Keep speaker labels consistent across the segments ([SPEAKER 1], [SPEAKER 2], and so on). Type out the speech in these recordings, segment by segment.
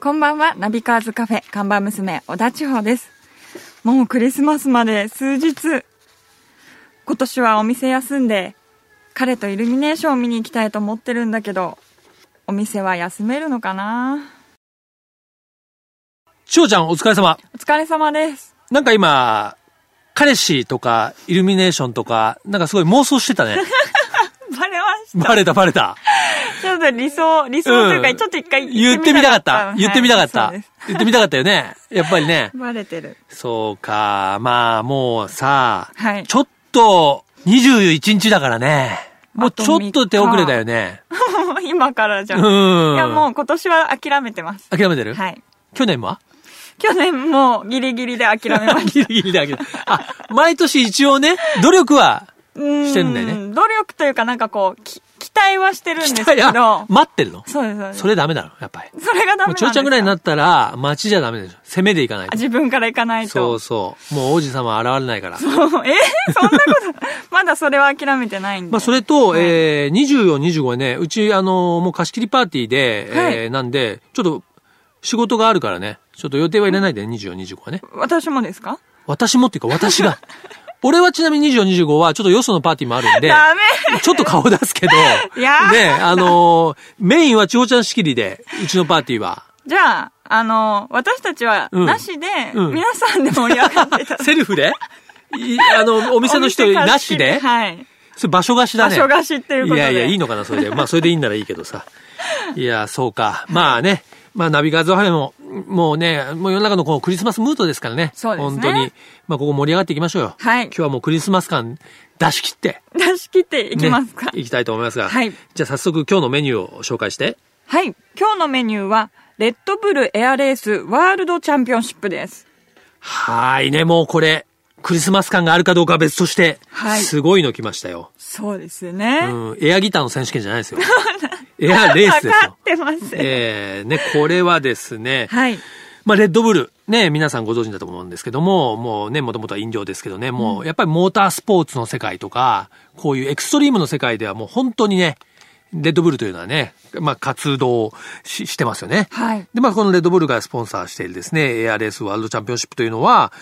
[SPEAKER 1] こんばんは、ナビカーズカフェ、看板娘、小田千穂です。もうクリスマスまで数日。今年はお店休んで、彼とイルミネーションを見に行きたいと思ってるんだけど、お店は休めるのかな
[SPEAKER 2] ちおちゃんお疲れ様。
[SPEAKER 1] お疲れ様です。
[SPEAKER 2] なんか今、彼氏とか、イルミネーションとか、なんかすごい妄想し てたね。
[SPEAKER 1] バレまし
[SPEAKER 2] バレたバレた。
[SPEAKER 1] た。ちょっと理想、理想というか、
[SPEAKER 2] うん
[SPEAKER 1] ちょっと一回
[SPEAKER 2] 言ってみたかった。言ってみたかっ
[SPEAKER 1] はい
[SPEAKER 2] た
[SPEAKER 1] そうです。
[SPEAKER 2] 言ってみたかったよね。やっぱりね。
[SPEAKER 1] バレてる。
[SPEAKER 2] そうか。まあもうさ、
[SPEAKER 1] はい
[SPEAKER 2] ちょっと、21日だからね。もうちょっと手遅れだよね。
[SPEAKER 1] 今からじゃ。
[SPEAKER 2] うんん。
[SPEAKER 1] いや、もう今年は諦めてます。
[SPEAKER 2] 諦めてる、
[SPEAKER 1] はい。
[SPEAKER 2] 去年は
[SPEAKER 1] 去年もギリギリで諦めました。
[SPEAKER 2] ギリギリだけど。あ、毎年一応ね、努力はして
[SPEAKER 1] うん
[SPEAKER 2] だよね
[SPEAKER 1] 努力というかなんかこう、き期待はしてるんです
[SPEAKER 2] い
[SPEAKER 1] け
[SPEAKER 2] や
[SPEAKER 1] ど、
[SPEAKER 2] 待ってるの
[SPEAKER 1] そうです、そうです。
[SPEAKER 2] それダメだろ、やっぱり。
[SPEAKER 1] それがダメな
[SPEAKER 2] も
[SPEAKER 1] ん
[SPEAKER 2] う
[SPEAKER 1] です
[SPEAKER 2] ちょ
[SPEAKER 1] か
[SPEAKER 2] いちゃんぐらいになったら、街じゃダメでしょ。攻めでいかないと。
[SPEAKER 1] 自分から行かない
[SPEAKER 2] そう
[SPEAKER 1] と。
[SPEAKER 2] そう。もう王子様は現れないか ら。
[SPEAKER 1] えそんなこと、まだそれは諦めてないんで。
[SPEAKER 2] まあ、それと、
[SPEAKER 1] はい
[SPEAKER 2] えー、24、25はね、うち、あのーもう貸し切りパーティーで、
[SPEAKER 1] はい
[SPEAKER 2] えー、なんで、ちょっと、仕事があるからね、ちょっと予定は入れないで、24、25はね。
[SPEAKER 1] 私もですか
[SPEAKER 2] 私もっていうか、私が。俺はちなみに24、25は、ちょっとよそのパーティーもあるんで、
[SPEAKER 1] ダメ
[SPEAKER 2] ちょっと顔出すけど、
[SPEAKER 1] い やー
[SPEAKER 2] ね、あのーメインは千穂ちゃん仕切りで、うちのパーティーは。
[SPEAKER 1] じゃあ、あの、私たちは、
[SPEAKER 2] うん
[SPEAKER 1] なしで、
[SPEAKER 2] うん
[SPEAKER 1] 皆さんで盛り上がってた。
[SPEAKER 2] セルフでいあ の、お店の人
[SPEAKER 1] お貸し
[SPEAKER 2] なしで
[SPEAKER 1] はい。
[SPEAKER 2] それ場所貸しだ
[SPEAKER 1] 場
[SPEAKER 2] ね。
[SPEAKER 1] 所貸しっていうこと
[SPEAKER 2] い
[SPEAKER 1] で。
[SPEAKER 2] やいや、いいのかな、それで。まあ、それでいいんならいいけ どさ。いや、そうか。まあね。まあ、ナビガーズハイも、もうね、もう世の中のこのクリスマスムードですからね。
[SPEAKER 1] そうですね
[SPEAKER 2] 本当に。まあ、ここ盛り上がっていきましょうよ。
[SPEAKER 1] はい
[SPEAKER 2] 今日はもうクリスマス感出し切って、
[SPEAKER 1] 出し切っていきますか。
[SPEAKER 2] ねいきたいと思いますが。
[SPEAKER 1] はい
[SPEAKER 2] じゃあ、早速今日のメニューを紹介して。
[SPEAKER 1] はい。今日のメニューは、レッドブルエアレースワールドチャンピオンシップです。
[SPEAKER 2] はーいね、もうこれ、クリスマス感があるかどうかは別として、
[SPEAKER 1] はい
[SPEAKER 2] すごいの来ましたよ。
[SPEAKER 1] そうですよね。
[SPEAKER 2] うん、エアギターの選手権じゃない ですよ。エアレースです
[SPEAKER 1] わかっ
[SPEAKER 2] よ。
[SPEAKER 1] てます。
[SPEAKER 2] えー、ね、これはですね、
[SPEAKER 1] はい。
[SPEAKER 2] まあ、レッドブル、ね、皆さんご存知だと思うんですけども、もうね、もともとは飲料ですけどね、もう、やっぱりモータースポーツの世界とか、こういうエクストリームの世界ではもう本当にね、レッドブルというのはね、まあ、活動をししてますよね。
[SPEAKER 1] はい。
[SPEAKER 2] で、まあ、このレッドブルがスポンサーしているですね、エアレースワールドチャンピオンシップというのは、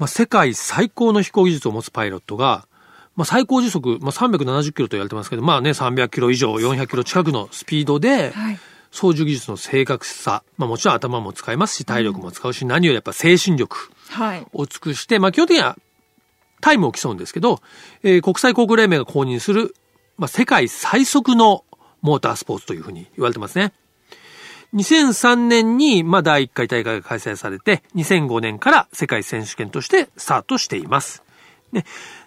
[SPEAKER 2] まあ、世界最高の飛行技術を持つパイロットが、まあ、最高時速、まあ、370キロと言われてますけど、まあね、300キロ以上、400キロ近くのスピードで、
[SPEAKER 1] はい。
[SPEAKER 2] 操縦技術の正確さ、まあ、もちろん頭も使えますし、体力も使うし、何よりやっぱ精神力
[SPEAKER 1] はい。
[SPEAKER 2] を尽くして、まあ、基本的にはタイムを競うんですけど、えー国際航空連盟が公認する、まあ、世界最速のモータースポーツというふうに言われてますね。2003年に、まあ、第1回大会が開催されて、2005年から世界選手権としてスタートしています。ね、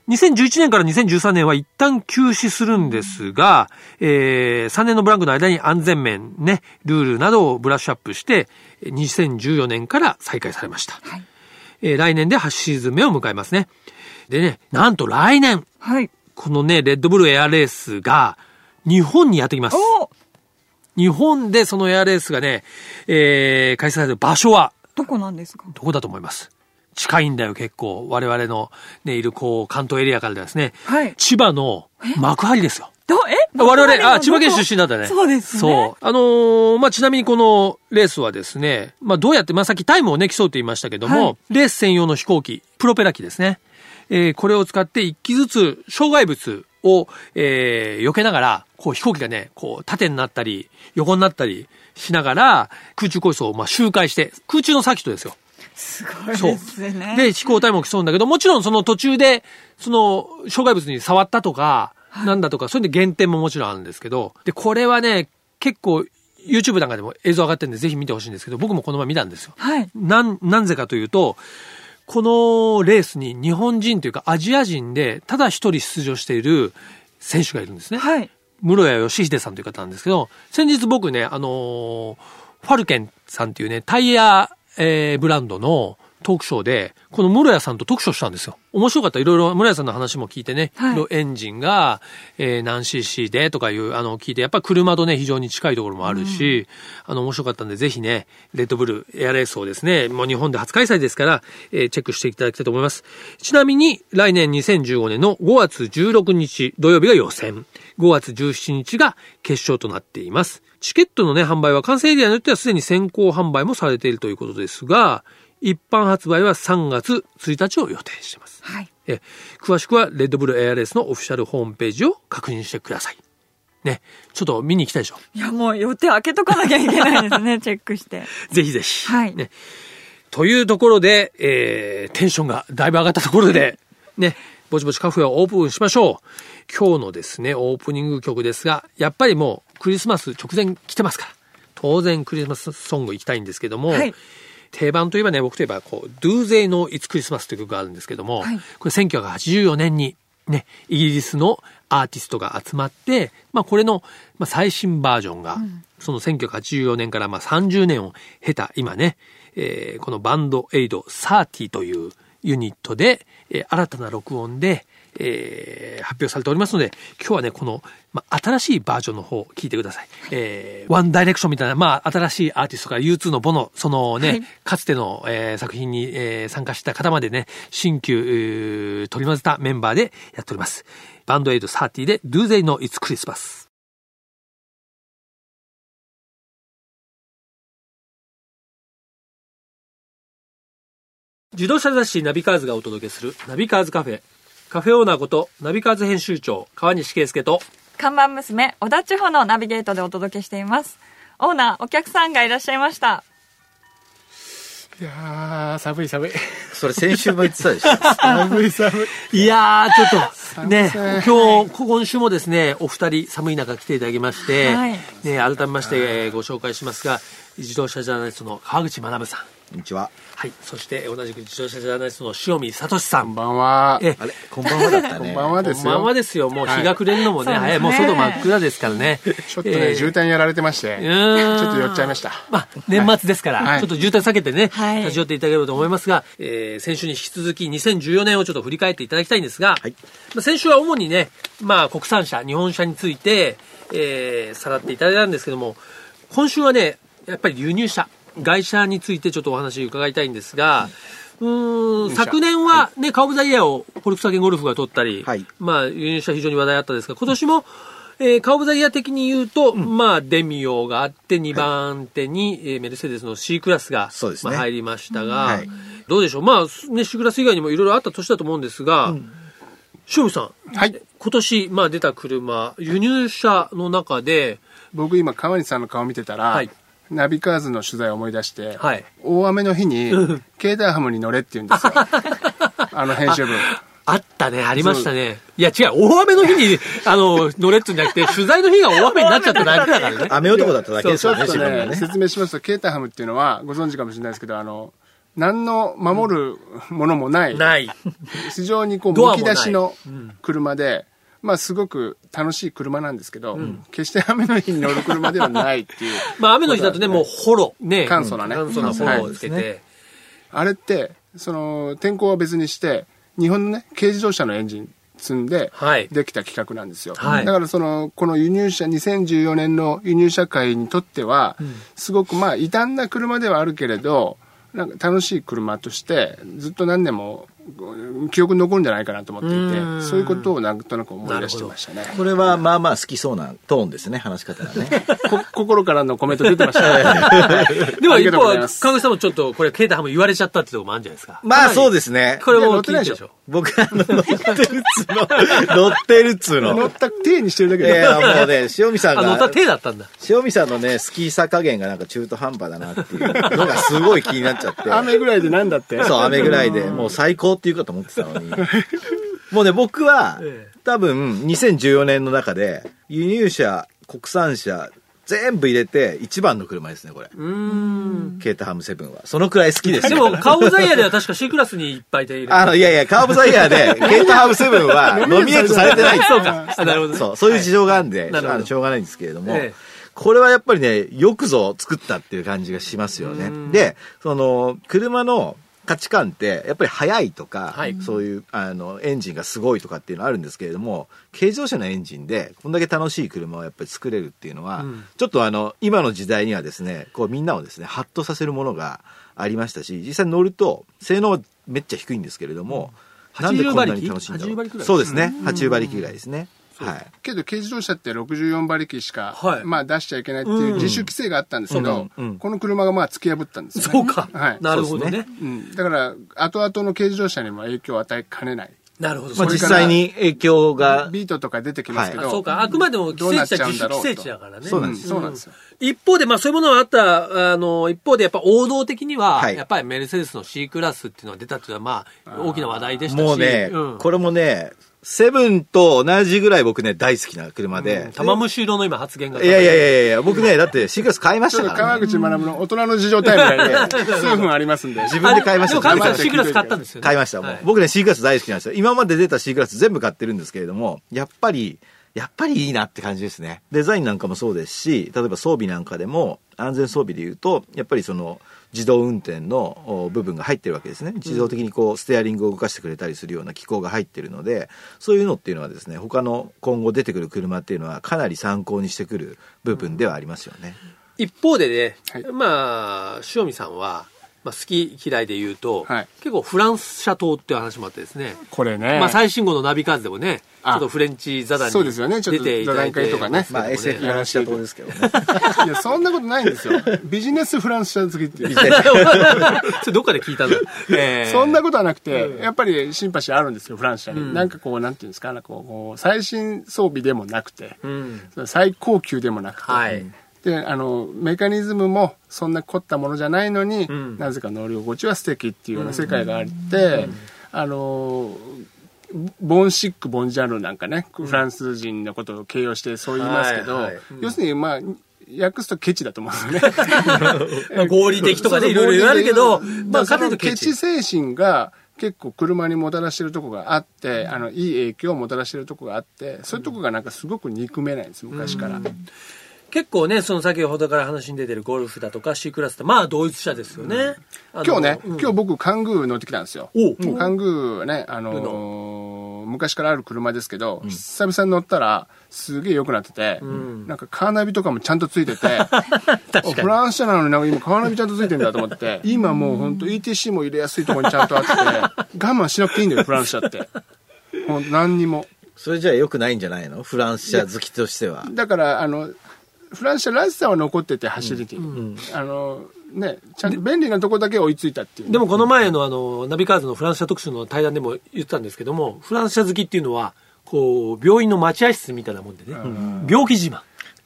[SPEAKER 2] 2011年から2013年は一旦休止するんですが、えー、3年のブランクの間に安全面、ね、ルールなどをブラッシュアップして、2014年から再開されました。
[SPEAKER 1] はい。
[SPEAKER 2] えー来年で8シーズン目を迎えますね。でね、なんと来年、
[SPEAKER 1] はい。
[SPEAKER 2] このね、レッドブルエアレースが、日本にやってきます。
[SPEAKER 1] お
[SPEAKER 2] 日本でそのエアレースがね、えー開催される場所は、
[SPEAKER 1] どこなんですか
[SPEAKER 2] どこだと思います近いんだよ、結構。我々のね、いる、こう、関東エリアからですね、
[SPEAKER 1] はい
[SPEAKER 2] 千葉の幕張ですよ。
[SPEAKER 1] ど、え
[SPEAKER 2] 我々、あ、千葉県出身だったね。
[SPEAKER 1] そうですね。
[SPEAKER 2] そう。あのーまあ、ちなみにこのレースはですね、まあ、どうやって、まあ、さっきタイムをね、競うって言いましたけども、
[SPEAKER 1] は
[SPEAKER 2] レース専用の飛行機、プロペラ機ですね。えーこれを使って一機ずつ障害物を、えー避けながら、こう飛行機がね、こう縦になったり、横になったりしながら、空中コースをまあ周回して、空中のサーキットですよ。
[SPEAKER 1] すごいですね。
[SPEAKER 2] で、飛行タイムを競うんだけど、もちろんその途中で、その、障害物に触ったとか、なんだとか、そういうので減点ももちろんあるんですけど、で、これはね、結構、YouTube なんかでも映像上がってるんで、ぜひ見てほしいんですけど、僕もこの前見たんですよ。
[SPEAKER 1] はい。
[SPEAKER 2] なん、なんぜかというと、このレースに日本人というかアジア人で、ただ一人出場している選手がいるんですね。
[SPEAKER 1] はい。
[SPEAKER 2] 室谷義秀さんという方なんですけど、先日僕ね、あのーファルケンさんっていうね、タイヤ、えーブランドのトークショーで、この室谷さんと特集したんですよ。面白かった。いろいろ室谷さんの話も聞いてね、
[SPEAKER 1] はい
[SPEAKER 2] エンジンが、えー何 cc でとかいう、あの、聞いて、やっぱり車とね、非常に近いところもあるし、あの、面白かったんで、ぜひね、レッドブルエアレースをですね、もう日本で初開催ですから、えーチェックしていただきたいと思います。ちなみに、来年2015年の5月16日土曜日が予選。 5月17日が決勝となっています。チケットのね、販売は関西エリアによってはすでに先行販売もされているということですが、一般発売は3月1日を予定しています。
[SPEAKER 1] はい。
[SPEAKER 2] え詳しくはレッドブルエアレースのオフィシャルホームページを確認してください。ね、ちょっと見に行きたいでしょ。
[SPEAKER 1] いや、もう予定開けとかなきゃいけないです ね、チェックして。
[SPEAKER 2] ぜひぜひ。
[SPEAKER 1] はい
[SPEAKER 2] ね。というところで、えー、テンションがだいぶ上がったところで、ね、ぼちぼちカフェをオープンしましょう。今日のですね、オープニング曲ですが、やっぱりもうクリスマス直前来てますから、当然クリスマスソング行きたいんですけども、
[SPEAKER 1] はい
[SPEAKER 2] 定番といえばね、僕といえば、こう、Do They Know It's Christmas という曲があるんですけども、
[SPEAKER 1] はい
[SPEAKER 2] これ1984年に、ね、イギリスのアーティストが集まって、まあこれの、まあ、最新バージョンが、その1984年からまあ30年を経た今ね、えーこのバンドエイド30というユニットで、えー新たな録音で、えー発表されておりますので、今日はね、この、まあ、新しいバージョンの方を聞いてください。えーワンダイレクションみたいな、まあ、新しいアーティストから U2 のボの、そのね、
[SPEAKER 1] はい
[SPEAKER 2] かつての、えー作品に、えー参加した方までね、新旧、えー取り混ぜたメンバーでやっております。バンドエイド30で Do They Know It's Christmas。自動車雑誌ナビカーズがお届けするナビカーズカフェ。カフェオーナーことナビカーズ編集長川西圭介と
[SPEAKER 1] 看板娘、小田千穂のナビゲートでお届けしています。オーナー、お客さんがいらっしゃいました。
[SPEAKER 3] いやー、寒い寒い。
[SPEAKER 4] それ先週も言ってたでしょ。
[SPEAKER 3] 寒い寒い。
[SPEAKER 2] いやー、ちょ っと、ね
[SPEAKER 3] 寒、
[SPEAKER 2] 今日、今週もですね、お二人寒い中来ていただきまして、
[SPEAKER 1] はい
[SPEAKER 2] ね、改めましてえーご紹介しますが、自動車ジャーナリストの川口学さん。
[SPEAKER 4] こんにちは。
[SPEAKER 2] はい。そして、同じく自動車ジャーナリストの塩見聡さ
[SPEAKER 3] こん
[SPEAKER 2] ん。
[SPEAKER 3] ばんは。
[SPEAKER 2] え
[SPEAKER 4] あれこんばんはだった
[SPEAKER 3] こ
[SPEAKER 4] ね。
[SPEAKER 3] んばんはですよ。
[SPEAKER 2] こんばんはですよ。もう日が暮れるのもね、
[SPEAKER 1] はい
[SPEAKER 2] 早い。もう
[SPEAKER 1] そうです
[SPEAKER 2] 外
[SPEAKER 1] ね
[SPEAKER 2] 真っ暗ですからね。ちょ
[SPEAKER 3] ちょっとね、渋滞やられてまして、ち
[SPEAKER 2] ーん
[SPEAKER 3] ょっと寄っちゃいました。
[SPEAKER 2] まあ、年末ですから、
[SPEAKER 3] はい
[SPEAKER 2] ちょっと渋滞避けてね、
[SPEAKER 1] はい
[SPEAKER 2] 立ち寄っていただければと思いますが、えー先週に引き続き2014年をちょっと振り返っていただきたいんですが、
[SPEAKER 4] はい
[SPEAKER 2] まあ先週は主にね、まあ、国産車、日本車について、えーさらっていただいたんですけども、今週はね、やっぱり輸入車、外車についてちょっとお話伺いたいんですが、うーん
[SPEAKER 3] 入社
[SPEAKER 2] 昨年はね、カーオブザイヤーをフォルクスワーゲンゴルフが取ったり、
[SPEAKER 4] はい
[SPEAKER 2] まあ、輸入車非常に話題あったんですが、今年も、えー、カーオブザイヤー的に言うと、まあ、デミオがあって、2番手に、えーメルセデスの C クラスが、
[SPEAKER 4] そうですね
[SPEAKER 2] まあ、入りましたが、
[SPEAKER 4] はい
[SPEAKER 2] どうでしょう。まあ、すね、C クラス以外にもいろいろあった年だと思うんですが、塩見さん、
[SPEAKER 3] はい。
[SPEAKER 2] 今年、まあ、出た車、輸入車の中で、
[SPEAKER 3] 僕今、川西さんの顔見てたら、
[SPEAKER 2] はい
[SPEAKER 3] ナビカーズの取材を思い出して、
[SPEAKER 2] はい
[SPEAKER 3] 大雨の日に、ケーターハムに乗れって言うん ですよ。あの編集部。
[SPEAKER 2] あったね、ありましたね。いや、違う、大雨の日に、あの、乗れっつうんじゃなくて、取材の日が大雨になっちゃっただけだ からね。
[SPEAKER 4] 雨男だっただけです
[SPEAKER 3] ちょ
[SPEAKER 4] よ
[SPEAKER 3] っ
[SPEAKER 4] ね、
[SPEAKER 3] と
[SPEAKER 4] 自分が
[SPEAKER 3] ね、
[SPEAKER 4] ね。
[SPEAKER 3] 説明しますと、ケーターハムっていうのは、ご存知かもしれないですけど、あの、何の守るものもない、
[SPEAKER 2] ない。
[SPEAKER 3] 非常にこう
[SPEAKER 2] ドア
[SPEAKER 3] む
[SPEAKER 2] も
[SPEAKER 3] き
[SPEAKER 2] ない
[SPEAKER 3] 出しの車で、まあすごく楽しい車なんですけど、決して雨の日に乗る車ではないって いう
[SPEAKER 2] まあ、雨の日だとね、もう、ホロ。ね。
[SPEAKER 3] 簡素なね
[SPEAKER 2] 簡素なホロをつけ
[SPEAKER 4] はい
[SPEAKER 2] て。
[SPEAKER 3] あれってその天候は別にして日本のね軽自動車のエンジン積んで
[SPEAKER 2] はい
[SPEAKER 3] できた企画なんですよ、
[SPEAKER 2] はい
[SPEAKER 3] だからそのこの輸入車2014年の輸入車界にとっては、すごくまあ異端な車ではあるけれどなんか楽しい車としてずっと何年もうん記憶に残るんじゃないかなと思っていて
[SPEAKER 2] うん
[SPEAKER 3] そういうことをなんとなく思い出してましたね
[SPEAKER 4] これはまあまあ好きそうなトーンですね、話し方がね。
[SPEAKER 3] こ心からのコメント出てましたね。
[SPEAKER 2] でも
[SPEAKER 3] あり
[SPEAKER 2] 一
[SPEAKER 3] がとう
[SPEAKER 2] 方、
[SPEAKER 3] ござ
[SPEAKER 2] 川
[SPEAKER 3] います
[SPEAKER 2] 口さんもちょっと、これ、ケータハム言われちゃったってとこもあるんじゃないですか。
[SPEAKER 4] まあそうですね。
[SPEAKER 2] これも
[SPEAKER 3] いや乗ってな
[SPEAKER 2] 聞いてで
[SPEAKER 3] いでし
[SPEAKER 2] しょ
[SPEAKER 3] ょ。
[SPEAKER 4] 僕あの、乗ってるっつうの。乗ってるっつうの
[SPEAKER 3] 乗っ。た体にしてるだけ
[SPEAKER 4] い
[SPEAKER 3] で。
[SPEAKER 4] や、もうね、塩見さん
[SPEAKER 2] あの、
[SPEAKER 4] が
[SPEAKER 2] た、手だったんだ。
[SPEAKER 4] 塩見さんのね、スキーさ加減がなんか中途半端だなっていうのがすごい気になっちゃって。
[SPEAKER 3] 雨ぐらいでなんだって。
[SPEAKER 4] そう、雨ぐらいで、もう最高っていうかと思ってたのに。もうね、僕は
[SPEAKER 2] ええ、
[SPEAKER 4] 多分、2014年の中で、輸入車、国産車、全部入れて、一番の車ですね、これ。
[SPEAKER 2] うーん。
[SPEAKER 4] ケータハムセブンは。そのくらい好きです
[SPEAKER 2] で
[SPEAKER 4] よ
[SPEAKER 2] も、カオザイヤーでは確か C クラスにいっぱい手入れて
[SPEAKER 4] あの、いやいや、カーブザイヤー で、ケータハムセブンは、ノミネートされてない。
[SPEAKER 2] そうか。あなるほどね。
[SPEAKER 4] そう、そういう事情があるんで、
[SPEAKER 2] なるほど
[SPEAKER 4] あのしょうがないんですけれども、
[SPEAKER 2] ええ
[SPEAKER 4] これはやっぱりね、よくぞ作ったっていう感じがしますよね。で、その、車の価値観って、やっぱり速いとか、
[SPEAKER 2] はい
[SPEAKER 4] そういう、あの、エンジンがすごいとかっていうのあるんですけれども、軽自動車のエンジンで、こんだけ楽しい車をやっぱり作れるっていうのは、
[SPEAKER 2] うん
[SPEAKER 4] ちょっとあの、今の時代にはですね、こうみんなをですね、ハッとさせるものがありましたし、実際乗ると、性能はめっちゃ低いんですけれども、
[SPEAKER 2] うん
[SPEAKER 4] なんでこんなに楽しいんだろ
[SPEAKER 2] 80馬力
[SPEAKER 4] う。そうですね、80馬力ぐらいですね。
[SPEAKER 2] そう
[SPEAKER 4] はい。
[SPEAKER 3] けど軽自動車って64馬力しか、
[SPEAKER 2] はい
[SPEAKER 3] まあ、出しちゃいけないっていう自主規制があったんですけど、
[SPEAKER 4] うんうん
[SPEAKER 3] この車がまあ突き破ったんですよね
[SPEAKER 2] そうか、
[SPEAKER 3] はい
[SPEAKER 2] なるほど
[SPEAKER 4] そうで
[SPEAKER 2] ね
[SPEAKER 4] す
[SPEAKER 3] うん、だから後々の軽自動車にも影響を与えかねない
[SPEAKER 2] なるほど、
[SPEAKER 4] ま
[SPEAKER 2] そ
[SPEAKER 4] あ
[SPEAKER 2] れ
[SPEAKER 4] 実
[SPEAKER 2] から
[SPEAKER 4] 際に影響が、
[SPEAKER 3] ビートとか出てきますけど、
[SPEAKER 2] あそうかあくまでも規
[SPEAKER 3] どうな
[SPEAKER 2] 制
[SPEAKER 3] っち
[SPEAKER 2] 値
[SPEAKER 3] ゃ
[SPEAKER 2] は自主
[SPEAKER 3] うんだろうと
[SPEAKER 2] 規制値だからね
[SPEAKER 4] そう
[SPEAKER 3] う
[SPEAKER 4] なん
[SPEAKER 3] ん、
[SPEAKER 4] です
[SPEAKER 3] そうなんですよ、
[SPEAKER 2] 一方で、まあそういうものはあった、あの、一方でやっぱ王道的には、
[SPEAKER 4] はい
[SPEAKER 2] やっぱりメルセデスの C クラスっていうのが出たっていうのは、まあ、大きな話題でしたし。
[SPEAKER 4] もうね、
[SPEAKER 2] うん、
[SPEAKER 4] これもね、セブンと同じぐらい僕ね、大好きな車で。
[SPEAKER 2] 玉虫色の今発言が。
[SPEAKER 4] いやいやいやいや、僕ね、だってシークラス買いまし
[SPEAKER 3] ちょ
[SPEAKER 4] た
[SPEAKER 3] っと
[SPEAKER 4] から、
[SPEAKER 3] 川
[SPEAKER 4] ね。
[SPEAKER 3] 口学の大人の事情タイムがね数分ありますんで
[SPEAKER 4] 自
[SPEAKER 2] あ、
[SPEAKER 4] 分で買いました
[SPEAKER 2] でも神さん
[SPEAKER 3] 自
[SPEAKER 2] C
[SPEAKER 3] 分で
[SPEAKER 2] クラス買ったんですよね。
[SPEAKER 4] 買いました、もう
[SPEAKER 2] はい
[SPEAKER 4] 僕ね、シークラス大好きなんですよ。今まで出たシークラス全部買ってるんですけれども、やっぱり、やっぱりいいなって感じですね。デザインなんかもそうですし、例えば装備なんかでも、安全装備で言うと、やっぱりその、自動運転のお部分が入ってるわけですね。自動的にこう、ステアリングを動かしてくれたりするような機構が入ってるので、そういうのっていうのはですね、他の今後出てくる車っていうのは、かなり参考にしてくる部分ではありますよね。
[SPEAKER 2] 一方でね、
[SPEAKER 3] はい
[SPEAKER 2] まあ、塩見さんは、まあ、好き嫌いで言うと、
[SPEAKER 3] はい
[SPEAKER 2] 結構フランス車党っていう話もあってですね、
[SPEAKER 3] これね、
[SPEAKER 2] まあ最新号のナビカーズでもね、ち
[SPEAKER 3] あ
[SPEAKER 2] ょっとフレンチ座談に
[SPEAKER 3] そうですよねちょっ
[SPEAKER 2] 出
[SPEAKER 3] と
[SPEAKER 2] ていただいて
[SPEAKER 3] 座談会とかね
[SPEAKER 4] まあ、SF の話だところですけどね。
[SPEAKER 3] いやそんなことないんですよビジネスフランス車好きってい う
[SPEAKER 2] それどっかで聞いたの。えー
[SPEAKER 3] そんなことはなくて、やっぱりシンパシーあるんですよ、フランス社に。なんかこう、なんていうんですか、なんかこうこう、最新装備でもなくて、
[SPEAKER 2] うん。
[SPEAKER 3] 最高級でもなくて、
[SPEAKER 2] はい。
[SPEAKER 3] で、あの、メカニズムもそんな凝ったものじゃないのに、
[SPEAKER 2] ん
[SPEAKER 3] なぜか乗り心地は素敵っていうような世界があって、あの、ボンシック、ボンジャルなんかね、フランス人のことを形容してそう言いますけど、
[SPEAKER 2] はいはいうん
[SPEAKER 3] 要するに、まあ、訳すとケチだと思うんで すよね。
[SPEAKER 2] まあ合理的とかね、いろいろ言われるけど、まあ、かというとケチ。
[SPEAKER 3] 精神が結構車にもたらしてるとこがあって、あの、いい影響をもたらしてるとこがあって、そういうとこがなんかすごく憎めないんです、昔から。
[SPEAKER 2] 結構ね、その先ほどから話に出てるゴルフだとか C クラスって、まあ、同一車ですよね。あの
[SPEAKER 3] 今日ね、
[SPEAKER 2] うん
[SPEAKER 3] 今日僕、カングー乗ってきたんですよ。
[SPEAKER 2] おう
[SPEAKER 3] もうカングーはね、あのー昔からある車ですけど、久々に乗ったら、すげえ良くなってて、なんかカーナビとかもちゃんとつ いてて、おフランス車なのになんか今カーナビちゃんとついてんだと思って、今も う本当 ETC も入れやすいところにちゃん とあって、我慢しなくていいんだよ、フランス車って。ほんと何にも。
[SPEAKER 4] それじゃあ良くないんじゃないのフランス車好きとしては。
[SPEAKER 3] だから、あの、フランス車らしさは残ってて走りに、あの、ね、ちゃんと便利なとこだけ追いついたっていう。
[SPEAKER 2] でもこの前のあの、ナビカーズのフランス社特集の対談でも言ってたんですけども、フランス社好きっていうのは、こう、病院の待合室みたいなもんでね、病気自慢、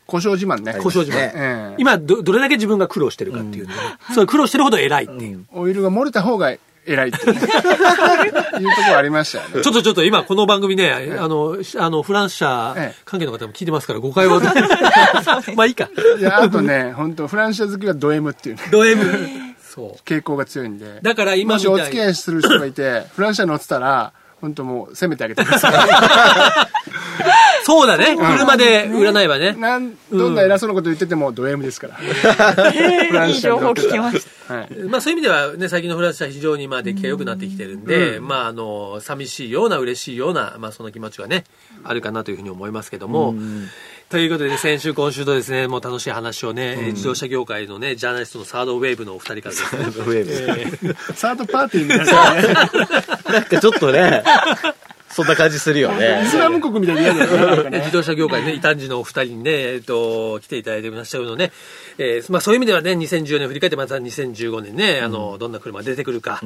[SPEAKER 3] 故障自慢ね。
[SPEAKER 2] 故障自慢。
[SPEAKER 3] ええ
[SPEAKER 2] 今ど、どれだけ自分が苦労してるかっていうのね、それ苦労してるほど偉いっていう。
[SPEAKER 3] オイルが漏れた方が偉いって いう,、いうところありましたよね。
[SPEAKER 2] ちょっとちょっと今この番組ね、あの、しあの、フランス社
[SPEAKER 3] ええ
[SPEAKER 2] 関係の方も聞いてますから誤解 を。 まあいいか。
[SPEAKER 3] いや、あとね、本当フランシャ好きはド M っていうね、
[SPEAKER 2] ド M。そう。
[SPEAKER 3] 傾向が強いんで。
[SPEAKER 2] だから今
[SPEAKER 3] も
[SPEAKER 2] み
[SPEAKER 3] しお
[SPEAKER 2] た
[SPEAKER 3] 付き合
[SPEAKER 2] い
[SPEAKER 3] いする人がいて、フランシャ乗ってたら、本当もう攻めてあげてくださ
[SPEAKER 2] そうだね。車で占いはね
[SPEAKER 3] い。。なん、どんな偉そうなこと言っててもド M ですから。フラ
[SPEAKER 1] い
[SPEAKER 3] ン
[SPEAKER 1] い
[SPEAKER 3] シャ
[SPEAKER 1] 情
[SPEAKER 3] に
[SPEAKER 1] 報
[SPEAKER 3] 乗って
[SPEAKER 1] 聞
[SPEAKER 3] た
[SPEAKER 1] き
[SPEAKER 3] ら
[SPEAKER 1] ました。
[SPEAKER 3] はい。
[SPEAKER 2] まあそういう意味ではね、最近のフランスは非常にまあ出来が良くなってきてるんで、まああの、寂しいような嬉しいような、まあその気持ちがね、あるかなというふうに思いますけども、ということで、ね、先週今週とですね、もう楽しい話をね、自動車業界のね、ジャーナリストのサードウェーブのお二人からですね、
[SPEAKER 4] ウェー
[SPEAKER 3] サードパーティーみたいなね。
[SPEAKER 4] ブ。なんかちょっ とね、そんな感じするよね
[SPEAKER 3] イ。スラム国みたいに嫌だよねなんかね。
[SPEAKER 2] 自動車業界ね、異端児のお二人にね、えっと、来ていただいてましたけどね、えーまあそういう意味ではね、2014年振り返って、また2015年ね、あの、どんな車出てくるか、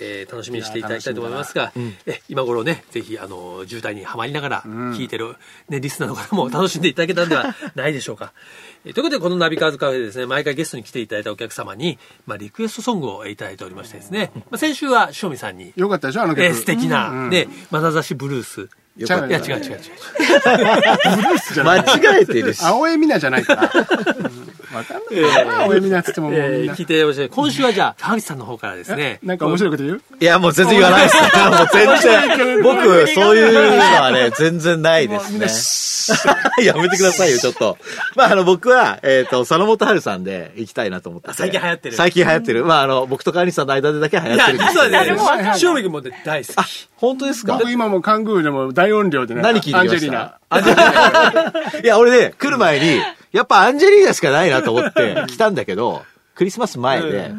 [SPEAKER 2] えー楽しみにしていただきたいと思いますが、え今頃ね、ぜひ、あの、渋滞にはまりながら、聞いてる、ね、リスナーの方も楽しんでいただけたんで はないでしょうか。えーということで、このナビカーズカフェでですね、毎回ゲストに来ていただいたお客様に、まあ、リクエストソングをいただいておりましてですね、まあ、先週は塩見さんに、
[SPEAKER 3] よかったでしょ、あの曲。
[SPEAKER 2] えー素敵な、ね、まなざしブルース。い
[SPEAKER 4] よ
[SPEAKER 3] ちゃ
[SPEAKER 4] か
[SPEAKER 3] う
[SPEAKER 4] っ
[SPEAKER 2] や、
[SPEAKER 3] ね
[SPEAKER 4] た。
[SPEAKER 2] 違う違う違う違う。
[SPEAKER 4] 間違えてるし。
[SPEAKER 3] 青江美奈じゃないから。うんわかんないかな。青江美奈っつってももうみん
[SPEAKER 2] えー
[SPEAKER 3] な
[SPEAKER 2] 聞。いてほしい。今週はじゃあ、川口さんの方からですね。
[SPEAKER 3] なんか面白いこと言う
[SPEAKER 4] いや、もう全然言わないです。もう全然、僕、そういうのはね、全然ない ですね。やめてくださいよ、ちょっと。まあ、あの、僕は、えっ、と、佐野元春さんで行きたいなと思ってて。
[SPEAKER 2] あ最近流行ってる
[SPEAKER 4] 最近流行ってる。まあ、あの、僕と川西さんの間でだけ流行
[SPEAKER 2] い
[SPEAKER 4] っ
[SPEAKER 2] や
[SPEAKER 4] てるんですけ
[SPEAKER 2] そう
[SPEAKER 4] ど。
[SPEAKER 2] ですね。
[SPEAKER 3] でもわかんない
[SPEAKER 2] 塩見君もね大好
[SPEAKER 4] あ
[SPEAKER 2] き。、
[SPEAKER 4] 本当ですか
[SPEAKER 3] 僕今もうカングーでも大音量でね。
[SPEAKER 4] 何聞いてきま
[SPEAKER 3] ア
[SPEAKER 4] し
[SPEAKER 3] ン
[SPEAKER 4] た
[SPEAKER 3] ジェリーナ。
[SPEAKER 4] アンジェリーナ。いや、俺ね、来る前に、やっぱアンジェリーナしかないなと思って来たんだけど、クリスマス前で、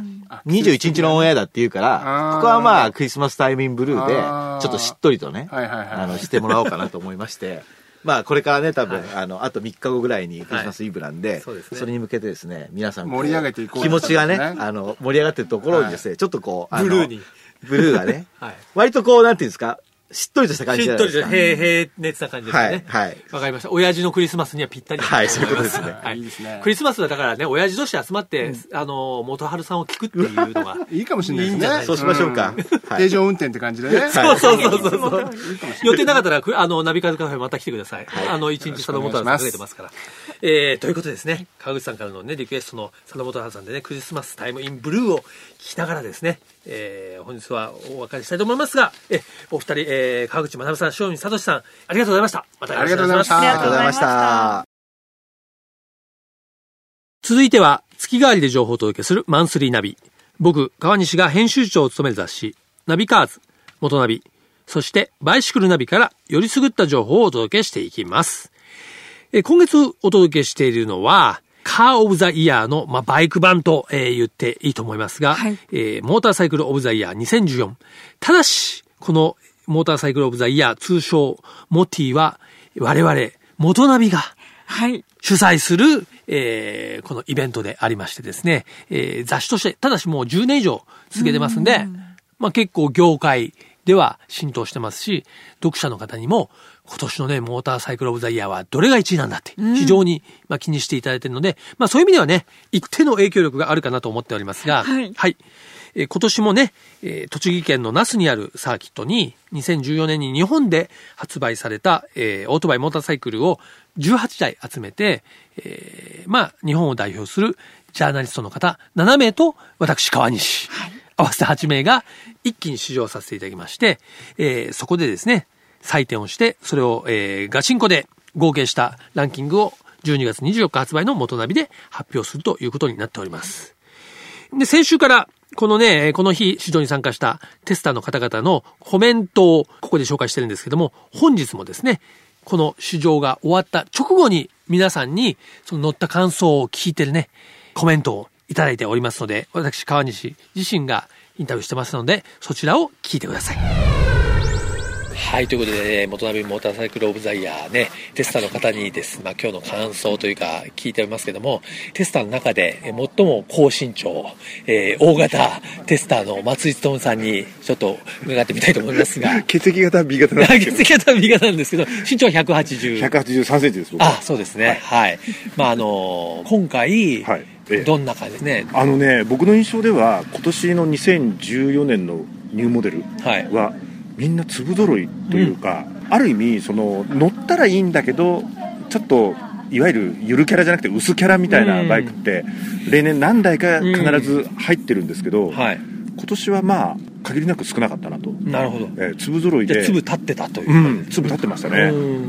[SPEAKER 4] 21日のオンエアだって言うから
[SPEAKER 3] あー、
[SPEAKER 4] ここはまあ、クリスマスタイミングブルーで
[SPEAKER 3] あー、
[SPEAKER 4] ちょっとしっとりとね、
[SPEAKER 3] はいはいはい
[SPEAKER 4] あの、してもらおうかなと思いまして、まあこれからね多分、
[SPEAKER 2] はい
[SPEAKER 4] あのあと3日後ぐらいにクリスマスイブなんで,、
[SPEAKER 2] いそうですね
[SPEAKER 4] れに向けてですね皆さんこ
[SPEAKER 3] 盛り上げていこう
[SPEAKER 4] 気持ちがね
[SPEAKER 3] ですね
[SPEAKER 4] あの盛り上がってるところにですね、ちょっとこうあの
[SPEAKER 2] ブルーに
[SPEAKER 4] ブルーがね、
[SPEAKER 2] はい
[SPEAKER 4] 割とこうなんていうんですかしっとりとした感じ
[SPEAKER 2] し
[SPEAKER 4] じゃ
[SPEAKER 2] っと
[SPEAKER 4] ない
[SPEAKER 2] り
[SPEAKER 4] です
[SPEAKER 2] と
[SPEAKER 4] か
[SPEAKER 2] 平平熱な感じですね。
[SPEAKER 4] はいはい
[SPEAKER 2] わかりました。親父のクリスマスにはぴったりだと思ます
[SPEAKER 4] はいそういうことですね
[SPEAKER 2] はい
[SPEAKER 3] いいですね
[SPEAKER 2] クリスマスはだからね、親父同士で集まって、あの、元春さんを聞くっていうのが。
[SPEAKER 3] いいかもしれないで
[SPEAKER 2] い
[SPEAKER 3] すね。
[SPEAKER 2] いんじゃない
[SPEAKER 4] そうしましょうか
[SPEAKER 3] ん
[SPEAKER 4] はい
[SPEAKER 3] 平常運転って感じでね。
[SPEAKER 2] そうそうそうそうそう。 予定なかったらく、あの、ナビカズカフェまた来てください。
[SPEAKER 4] はい
[SPEAKER 2] あの、一日、佐野元春さんかけてますから。えー、ということでですね、川口さんからのね、リクエストの佐野元春さんでね、クリスマスタイムインブルーを聞きながらですね、えー、本日はお別れしたいと思いますが、え、お二人、えー、川口学さん、塩見聡さん、ありがとうございました。またよろしくお願いします
[SPEAKER 3] ありがとうございました
[SPEAKER 4] ありがとうございました
[SPEAKER 2] 続いては月替わりで情報をお届けするマンスリーナビ。僕、川西が編集長を務める雑誌、ナビカーズ、元ナビ、そしてバイシクルナビからよりすぐった情報をお届けしていきます。えー今月お届けしているのは、カー・オブ・ザ・イヤーの、まあ、バイク版と、えー言っていいと思いますが、
[SPEAKER 1] はい
[SPEAKER 2] えーモーターサイクル・オブ・ザ・イヤー2014。ただし、このモーターサイクル・オブ・ザ・イヤー通称モティは、我々、元ナビが、
[SPEAKER 1] はい。
[SPEAKER 2] 主催する、えーこのイベントでありましてですね、えー雑誌として、ただしもう10年以上続けてますんで、まあ結構業界では浸透してますし、読者の方にも今年のね、モーターサイクルオブザイヤーはどれが1位なんだって、非常に、まあ、気にしていただいているので、まあそういう意味ではね、一定の影響力があるかなと思っておりますが、
[SPEAKER 1] はい
[SPEAKER 2] はい。えー今年もね、えー栃木県の那須にあるサーキットに、2014年に日本で発売された、えーオートバイモーターサイクルを18台集めて、えーまあ、日本を代表するジャーナリストの方7名と、私、川西、合わせて8名が一気に試乗させていただきまして、えーそこでですね、採点をして、それを、えーガチンコで合計したランキングを12月24日発売の元ナビで発表するということになっております。で、先週から、このね、えーこの日、指導に参加したテスターの方々のコメントをここで紹介してるんですけども、本日もですね、この試乗が終わった直後に皆さんにその乗った感想を聞いてるね、コメントをいただいておりますので、私、川西自身がインタビューしてますので、そちらを聞いてください。はい、ということで、えー元ナビモーターサイクルオブザイヤーね、テスターの方にです、まあ、今日の感想というか聞いておりますけども、テスターの中でえー最も高身長、えー大型テスターの松井勤さんにちょっと伺ってみたいと思います
[SPEAKER 5] 、
[SPEAKER 2] が
[SPEAKER 5] 血液型は B 型なんですけ
[SPEAKER 2] 血
[SPEAKER 5] ど
[SPEAKER 2] 液型は B 型なんですけど、身長は180。
[SPEAKER 5] 183センチです僕
[SPEAKER 2] あ、そうですね。はい。まあ、あのー今回、
[SPEAKER 5] はいええ
[SPEAKER 2] どんな感じですね。
[SPEAKER 5] あのね僕の印象では今年の2014年のニューモデル
[SPEAKER 2] はい。
[SPEAKER 5] はみんな粒揃いというか、ある意味その乗ったらいいんだけどちょっといわゆるゆるキャラじゃなくて薄キャラみたいなバイクって、例年何台か必ず入ってるんですけど、
[SPEAKER 2] はい。
[SPEAKER 5] 今年はまあ限りなく少なかったなと、
[SPEAKER 2] なるほど。
[SPEAKER 5] えー粒揃い
[SPEAKER 2] じゃあ
[SPEAKER 5] で
[SPEAKER 2] 粒立ってたという
[SPEAKER 5] う
[SPEAKER 2] 感じ
[SPEAKER 5] ん粒立ってましたね、
[SPEAKER 2] うん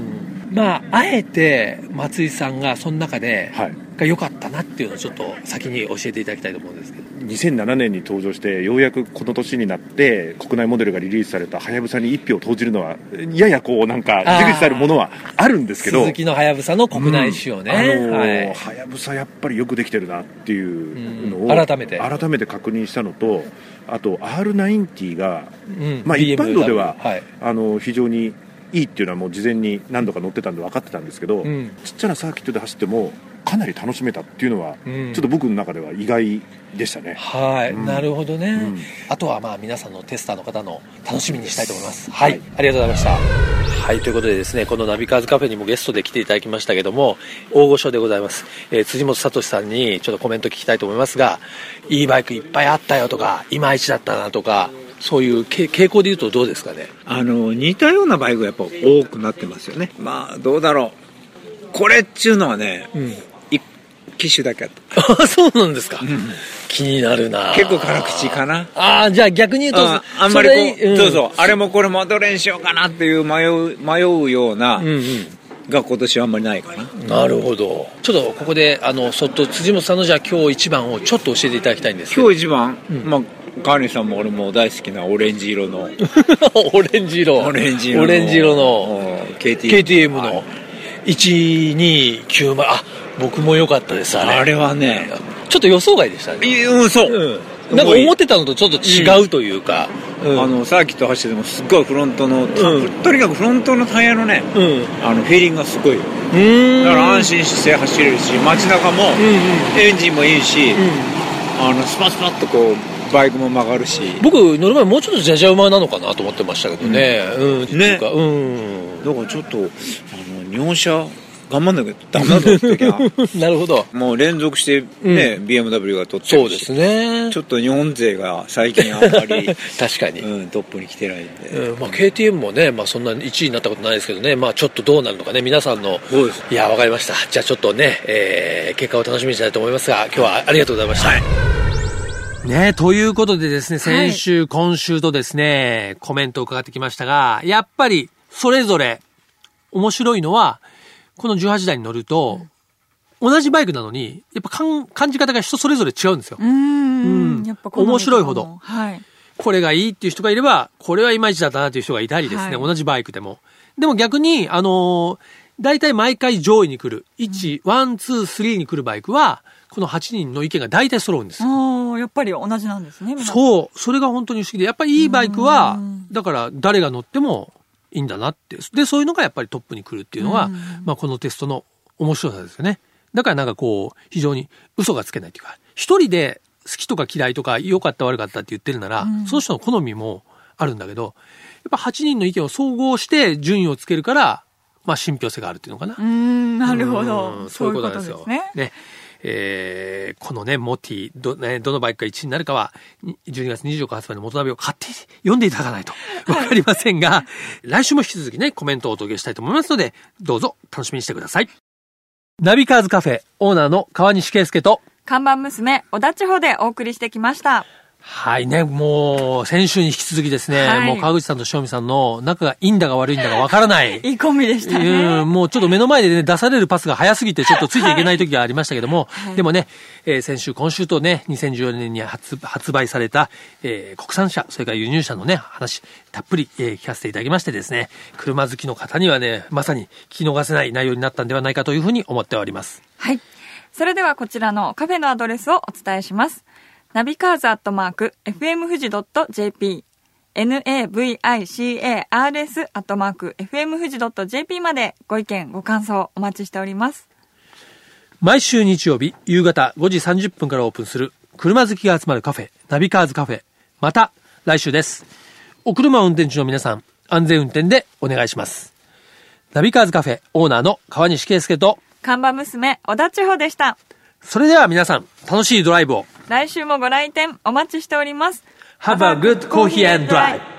[SPEAKER 2] まあ、あえて松井さんがその中で、
[SPEAKER 5] はい
[SPEAKER 2] が良かったなっていうのをちょっと先に教えていただきたいと思うんですけど
[SPEAKER 5] 2007年に登場してようやくこの年になって国内モデルがリリースされたはやぶさに一票を投じるのはややこうなんか
[SPEAKER 2] あー
[SPEAKER 5] 出口されるものはあるんですけど
[SPEAKER 2] 鈴木のはやぶさの国内仕様ね、
[SPEAKER 5] うんあの
[SPEAKER 2] はい
[SPEAKER 5] ー、はやぶさやっぱりよくできてるなっていうのを、
[SPEAKER 2] うん改めて
[SPEAKER 5] 改めて確認したのとあと R90 が
[SPEAKER 2] うん
[SPEAKER 5] まあ
[SPEAKER 2] BMW
[SPEAKER 5] 一般道では
[SPEAKER 2] はい
[SPEAKER 5] あの非常にいいっていうのはもう事前に何度か乗ってたんで分かってたんですけど、
[SPEAKER 2] うん
[SPEAKER 5] ちっちゃなサーキットで走ってもかなり楽しめたっていうのは、
[SPEAKER 2] うん
[SPEAKER 5] ちょっと僕の中では意外でしたね。
[SPEAKER 2] はい、
[SPEAKER 5] うん
[SPEAKER 2] なるほどね、
[SPEAKER 5] ん
[SPEAKER 2] あとはまあ皆さんのテスターの方の楽しみにしたいと思いますはい、ありがとうございましたはいということでですねこのナビカーズカフェにもゲストで来ていただきましたけども大御所でございます、えー辻本聡さんにちょっとコメント聞きたいと思いますがいいバイクいっぱいあったよとかいまいちだったなとかそういうけ傾向で言うとどうですかね
[SPEAKER 6] あの似たようなバイクがやっぱ多くなってますよねまあどうだろうこれっちゅうのはね、一機種だけあった
[SPEAKER 2] あそうなんですか、気になるな
[SPEAKER 6] 結構辛口かな
[SPEAKER 2] ああじゃあ逆に言うと
[SPEAKER 6] ああんまりこう
[SPEAKER 2] れ
[SPEAKER 6] そうそうあれもこれもどれにしようかなっていう迷う迷うような、
[SPEAKER 2] うんうん
[SPEAKER 6] が今年はあんまりないかな
[SPEAKER 2] なるほどちょっとここであのそっと辻本さんのじゃあ今日一番をちょっと教えていただきたいんですけど
[SPEAKER 6] 今日一番、まあ川西さんも俺も大好きなオレンジ色 の
[SPEAKER 2] オレンジ色
[SPEAKER 6] オレンジ色の
[SPEAKER 2] オレンジ色の
[SPEAKER 6] うん KTM,
[SPEAKER 2] KTM
[SPEAKER 6] は
[SPEAKER 2] の
[SPEAKER 6] い
[SPEAKER 2] 1290あ僕も良かったですあれ
[SPEAKER 6] あれはね
[SPEAKER 2] ちょっと予想外でしたね。
[SPEAKER 6] いうん、そう。
[SPEAKER 2] うん。なんか思ってたのとちょっと違うというか。うん。
[SPEAKER 6] あのサーキット走っててもすっごいフロントの、とにかくフロントのタイヤのね、
[SPEAKER 2] うん。
[SPEAKER 6] あのフィーリングがすごいよ
[SPEAKER 2] うん。
[SPEAKER 6] だから安心して走れるし街中も
[SPEAKER 2] うんうん。
[SPEAKER 6] エンジンもいいし、
[SPEAKER 2] うん。
[SPEAKER 6] あのスパスパッとこうバイクも曲がるし
[SPEAKER 2] 僕乗る前もうちょっとじゃじゃ馬なのかなと思ってましたけどね、うんっていうかうん
[SPEAKER 6] だからちょっとあの日本車頑張んなきゃダメだと思った時は
[SPEAKER 2] なるほど
[SPEAKER 6] もう連続してね、BMW が取って
[SPEAKER 2] そう
[SPEAKER 6] るし
[SPEAKER 2] ですね
[SPEAKER 6] ちょっと日本勢が最近あんまり、
[SPEAKER 2] 確かに、うん
[SPEAKER 6] うん、トップに来てないんで、
[SPEAKER 2] まあ、KTM もね、まあ、そんな1位になったことないですけどね、まあ、ちょっとどうなるのかね皆さんの
[SPEAKER 6] そうです
[SPEAKER 2] いやわかりましたじゃあちょっとね、えー結果を楽しみにしたいと思いますが今日はありがとうございました、ねということでですね、
[SPEAKER 1] はい
[SPEAKER 2] 先週、今週とですね、コメントを伺ってきましたが、やっぱり、それぞれ、面白いのは、この18台に乗ると、同じバイクなのに、やっぱ感感じ方が人それぞれ違うんですよ。
[SPEAKER 1] うー
[SPEAKER 2] うん
[SPEAKER 1] ん。やっぱ好みとかも
[SPEAKER 2] 面白いほど
[SPEAKER 1] はい。
[SPEAKER 2] これがいいっていう人がいれば、これはいまいちだったなっていう人がいたりですね、
[SPEAKER 1] はい
[SPEAKER 2] 同じバイクでも。でも逆に、あのー大体毎回上位に来る、1、1、2、3に来るバイクは、この8人の意見が大体揃うんですよ。
[SPEAKER 1] ああ、やっぱり同じなんですね。皆さん
[SPEAKER 2] そう、それが本当に不思議で、やっぱりいいバイクは
[SPEAKER 1] うん、
[SPEAKER 2] だから誰が乗ってもいいんだなって。で、そういうのがやっぱりトップに来るっていうのが
[SPEAKER 1] うん、
[SPEAKER 2] まあこのテストの面白さですよね。だからなんかこう、非常に嘘がつけないというか、一人で好きとか嫌いとか良かった悪かったって言ってるなら、
[SPEAKER 1] うん
[SPEAKER 2] その人の好みもあるんだけど、やっぱ8人の意見を総合して順位をつけるから、まあ信憑性があるっていうのかな。
[SPEAKER 1] うーん、なるほ
[SPEAKER 2] う
[SPEAKER 1] ど。
[SPEAKER 2] んそういうことなんです
[SPEAKER 1] そ
[SPEAKER 2] よ。
[SPEAKER 1] ういう
[SPEAKER 2] ね
[SPEAKER 1] こ
[SPEAKER 2] えーこのね、モティ、ど、ね、どのバイクが1位になるかは、に12月24日発売の元ナビを買って読んでいただかないとわかりませんが、来週も引き続きね、コメントをお届けしたいと思いますので、どうぞ楽しみにしてください。ナビカーズカフェ、オーナーの川西圭介と、
[SPEAKER 1] 看板娘、小田地方でお送りしてきました。
[SPEAKER 2] はいね、もう、先週に引き続きですね、
[SPEAKER 1] はい
[SPEAKER 2] もう川口さんと塩見さんの仲がいいんだか悪いんだかわからない。
[SPEAKER 1] いいコンビでした
[SPEAKER 2] うん、
[SPEAKER 1] ね。
[SPEAKER 2] もうちょっと目の前で、ね、出されるパスが早すぎて、ちょっとついていけない時がありましたけども、
[SPEAKER 1] はい
[SPEAKER 2] でもね、えー先週、今週とね、2014年に発発売された、えー国産車、それから輸入車のね、話、たっぷり、えー聞かせていただきましてですね、車好きの方にはね、まさに聞き逃せない内容になったんではないかというふうに思っております。
[SPEAKER 1] はい。それではこちらのカフェのアドレスをお伝えします。ナビカーズアットマーク、fmfuji.jp、navicars アットマーク、fmfuji.jp までご意見、ご感想お待ちしております。
[SPEAKER 2] 毎週日曜日夕方5時30分からオープンする車好きが集まるカフェナビカーズカフェまた来週ですお車を運転中の皆さん安全運転でお願いしますナビカーズカフェオーナーの川西圭介と
[SPEAKER 1] 看板娘、小田地方でした。
[SPEAKER 2] それでは皆さん楽しいドライブを
[SPEAKER 1] 来週もご来店お待ちしております。
[SPEAKER 2] Have a good coffee and drive